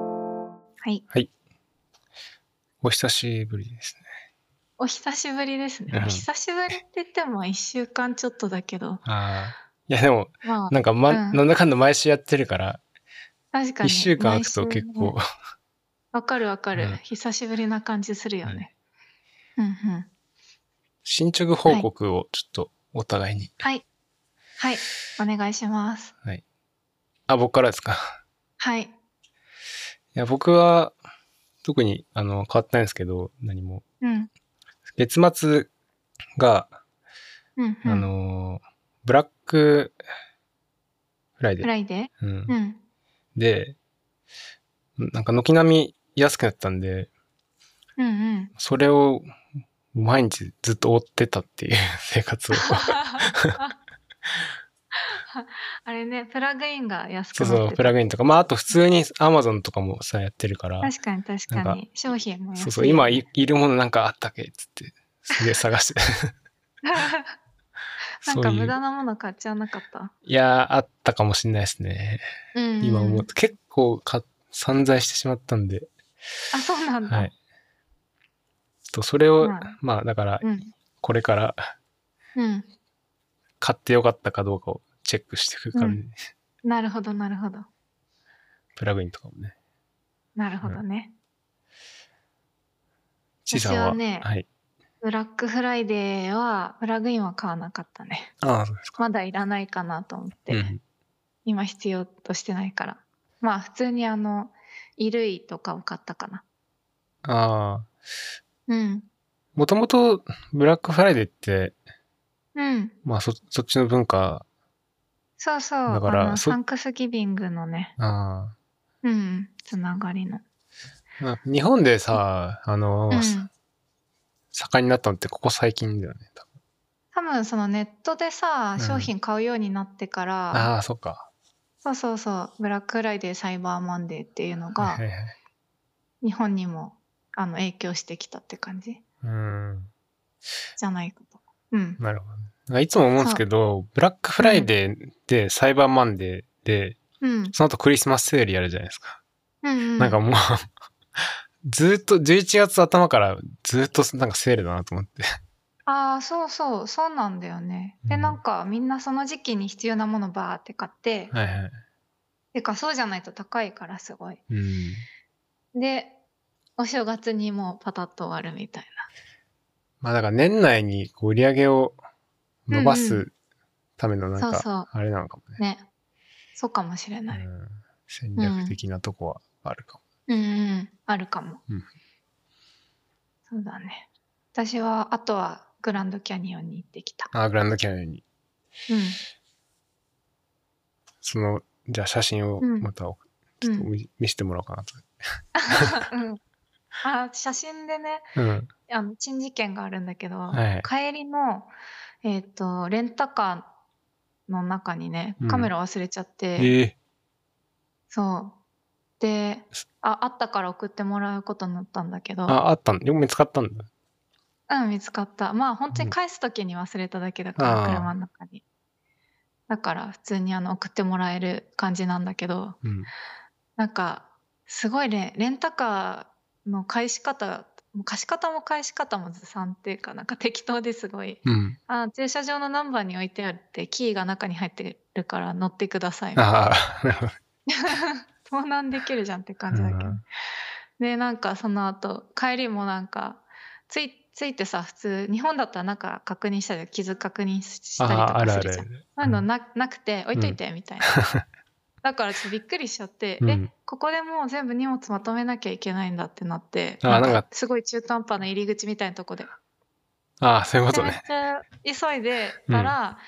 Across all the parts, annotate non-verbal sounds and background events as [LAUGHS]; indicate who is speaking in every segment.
Speaker 1: はい。
Speaker 2: はい。お久しぶりですね。
Speaker 1: お久しぶりですね。
Speaker 2: うん
Speaker 1: お久しぶりって言っても1週間ちょっとだけど、
Speaker 2: ああ。いやでも、
Speaker 1: まあ、
Speaker 2: なんか、ま、
Speaker 1: うん
Speaker 2: なんだかんだ毎週やってるから、
Speaker 1: 確か
Speaker 2: 一
Speaker 1: に。
Speaker 2: 週間空
Speaker 1: 毎
Speaker 2: く
Speaker 1: 週
Speaker 2: と結
Speaker 1: ね
Speaker 2: 構、
Speaker 1: わかるわかる、
Speaker 2: うん
Speaker 1: 久しぶりな感じするよね。うんうん。
Speaker 2: 進捗報告をちょっとお互いに。
Speaker 1: はい。はい。お願いします。
Speaker 2: あ、僕からですか。 [LAUGHS]
Speaker 1: はい。
Speaker 2: いや、僕は、特に、あの、変わってないんですけど、何も。
Speaker 1: うん。
Speaker 2: 月末が、
Speaker 1: うん、うん。
Speaker 2: あのー、ブラックフライデ
Speaker 1: フ
Speaker 2: ー。
Speaker 1: ライデー
Speaker 2: う、
Speaker 1: うんん。
Speaker 2: で、なんか軒並み安くなったんで、
Speaker 1: うんうん。
Speaker 2: それを毎日ずっと追ってたっていう生活を。
Speaker 1: あれね、プラグインが安く
Speaker 2: そう
Speaker 1: なって
Speaker 2: そう、
Speaker 1: た
Speaker 2: プラグインとか。まあ、あと普通に Amazon とかもさ、やってるから、
Speaker 1: 確かに確か
Speaker 2: なん
Speaker 1: に。商品も安い。
Speaker 2: そうそう、今いいるものなんかあったっけっつって、すげえ探して。
Speaker 1: [LAUGHS] なん
Speaker 2: そ
Speaker 1: か
Speaker 2: ういう
Speaker 1: 無駄なもの買っちゃわなかった。
Speaker 2: いやー、あったかもしれないですね。
Speaker 1: うんうん
Speaker 2: 今思うと。結構か散財してしまったんで。
Speaker 1: あ、そうなんだ。
Speaker 2: はい。と、それを、
Speaker 1: まあ
Speaker 2: まあ、だから、
Speaker 1: うん。
Speaker 2: これから
Speaker 1: うん。
Speaker 2: 買ってよかったかどうかをチェックしていく感じ、
Speaker 1: うなるほど、なるほど。
Speaker 2: プラグインとかもね。
Speaker 1: なるほどね。
Speaker 2: ちいさん
Speaker 1: 私
Speaker 2: は。
Speaker 1: はね
Speaker 2: はい。
Speaker 1: ブラックフライデーは、プラグインは買わなかったね。
Speaker 2: ああ、そうですか。
Speaker 1: まだいらないかなと思って、
Speaker 2: うん。
Speaker 1: 今必要としてないから。まあ、普通にあの、衣類とかを買ったかな。
Speaker 2: ああ。
Speaker 1: うん。
Speaker 2: もともと、ブラックフライデーって、
Speaker 1: うん。
Speaker 2: まあそ、そっちの文化、
Speaker 1: そうそう。
Speaker 2: だから
Speaker 1: あの
Speaker 2: そ
Speaker 1: サンクスギビングのね、
Speaker 2: あ
Speaker 1: うん、つながりの。
Speaker 2: あまあ日本でさ、あの、
Speaker 1: うん。
Speaker 2: 盛んになったのってここ最近だよね。多分
Speaker 1: 多分そのネットでさ
Speaker 2: うん
Speaker 1: 商品買うようになってから、
Speaker 2: ああ、そっか。
Speaker 1: そうそうそうブラックフライデーサイバーマンデーっていうの
Speaker 2: は
Speaker 1: が
Speaker 2: いはいはい。
Speaker 1: 日本にもあの影響してきたって感じ
Speaker 2: うん。
Speaker 1: じゃないかと。うん、
Speaker 2: なるほどね。なんかいつも思うんですけど、ブラックフライデーで、サイバーマンデーで、
Speaker 1: うん、
Speaker 2: その後クリスマスセールやるじゃないですか。
Speaker 1: うん、うん。
Speaker 2: なんかもう、 [LAUGHS] ずーっと、11月頭からずーっとなんかセールだなと思って。
Speaker 1: ああ、そうそう、そうなんだよね。
Speaker 2: う
Speaker 1: で、
Speaker 2: ん
Speaker 1: なんかみんなその時期に必要なものバーって買って、
Speaker 2: はいはい。
Speaker 1: てかそうじゃないと高いからすごい。
Speaker 2: うん。
Speaker 1: で、お正月にもうパタッと終わるみたい
Speaker 2: まあだから年内にこう売り上げを伸ば
Speaker 1: うんう
Speaker 2: すためのなん
Speaker 1: そうそう
Speaker 2: か、あれなのかもね。
Speaker 1: な。ね。そうかもしれない。
Speaker 2: うん戦略的なとこはあるかも。
Speaker 1: うんうん、あるかも。
Speaker 2: うん
Speaker 1: そうだね。私は、あとはグランドキャニオンに行ってきた。
Speaker 2: ああ、グランドキャニオンに、
Speaker 1: う
Speaker 2: その、じゃあ写真を
Speaker 1: うん
Speaker 2: またお
Speaker 1: ん。
Speaker 2: ち
Speaker 1: う
Speaker 2: ょっと
Speaker 1: ん
Speaker 2: 見見せてもらおうかなと。 [LAUGHS]
Speaker 1: うん、あ写真でね
Speaker 2: うん。
Speaker 1: あの珍事件があるんだけど、
Speaker 2: はい
Speaker 1: 帰りの、えっとレンタカーの中にね
Speaker 2: うん
Speaker 1: カメラ忘れちゃって、
Speaker 2: ええ
Speaker 1: そうですああったから送ってもらうことになったんだけど
Speaker 2: あ、あったんでも見つかったんだ。
Speaker 1: うん、見つかった。まあ、本当に返すときに忘れただけだから、
Speaker 2: あー
Speaker 1: 車の中に。だから、普通にあの送ってもらえる感じなんだけど、
Speaker 2: うん。
Speaker 1: なんか、すごいね、レンタカーの返し方、もう貸し方も返し方もずさんっていうか、なんか適当ですごい。
Speaker 2: うん。
Speaker 1: あー駐車場のナンバーに置いてあるって、キーが中に入ってるから乗ってくださいみたいな。
Speaker 2: ああ、なるほど。
Speaker 1: 盗難できるじゃんって感じだけど。
Speaker 2: うん
Speaker 1: でなんかその後帰りもなんかついついてさ普通日本だったらなんか確認したり傷確認したりと
Speaker 2: ああ、ある
Speaker 1: か
Speaker 2: あ
Speaker 1: する
Speaker 2: るあ
Speaker 1: じゃん
Speaker 2: る。
Speaker 1: そういうのななくて置いといてみた
Speaker 2: [LAUGHS]
Speaker 1: いな、だからちょっとびっくりしちゃって、
Speaker 2: うん
Speaker 1: えここでもう全部荷物まとめなきゃいけないんだってなって
Speaker 2: あー
Speaker 1: なん
Speaker 2: なん
Speaker 1: か
Speaker 2: か
Speaker 1: すごい中途半端な入り口みたいなとこで
Speaker 2: ああ、そういうこ
Speaker 1: で
Speaker 2: と
Speaker 1: めっ
Speaker 2: ね。
Speaker 1: ちゃ急いでたら、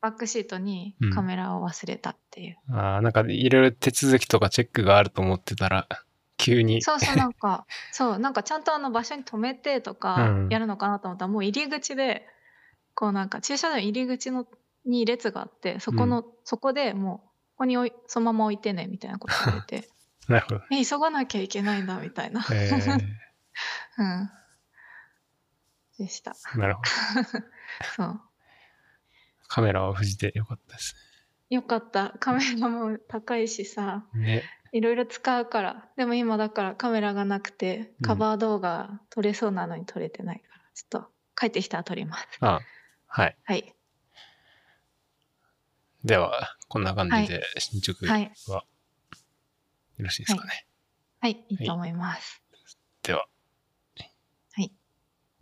Speaker 1: バックシートにカメラを忘れたっていう、
Speaker 2: ああ、なんかいろいろ手続きとかチェックがあると思ってたら、急に。
Speaker 1: そうそうなんかそうなんかちゃんとあの場所に止めてと
Speaker 2: う
Speaker 1: か
Speaker 2: ん
Speaker 1: やるのかなと思ったら、もう入り口でこうなんか駐車場の入り口のに列があってそこの、そこでもうここにおいそのまま置いてねみたいなこと言われ
Speaker 2: [LAUGHS]
Speaker 1: て
Speaker 2: なるほど。
Speaker 1: え急がなきゃいけないんだみたいな、
Speaker 2: え
Speaker 1: [LAUGHS] うん、でした
Speaker 2: ー、なるほど。
Speaker 1: そう
Speaker 2: カメラは無事でよかったです
Speaker 1: よかったカメラも高いしさ
Speaker 2: ね。ね。
Speaker 1: いろいろ使うから。でも今だからカメラがなくて、カバー動画撮れそうなのに撮れてないから、ちょっと帰ってきたら撮ります。
Speaker 2: あ、はい。
Speaker 1: はい。
Speaker 2: では、こんな感じで進捗は
Speaker 1: はい
Speaker 2: よろしいですかね。
Speaker 1: はい、いいと思います。
Speaker 2: では。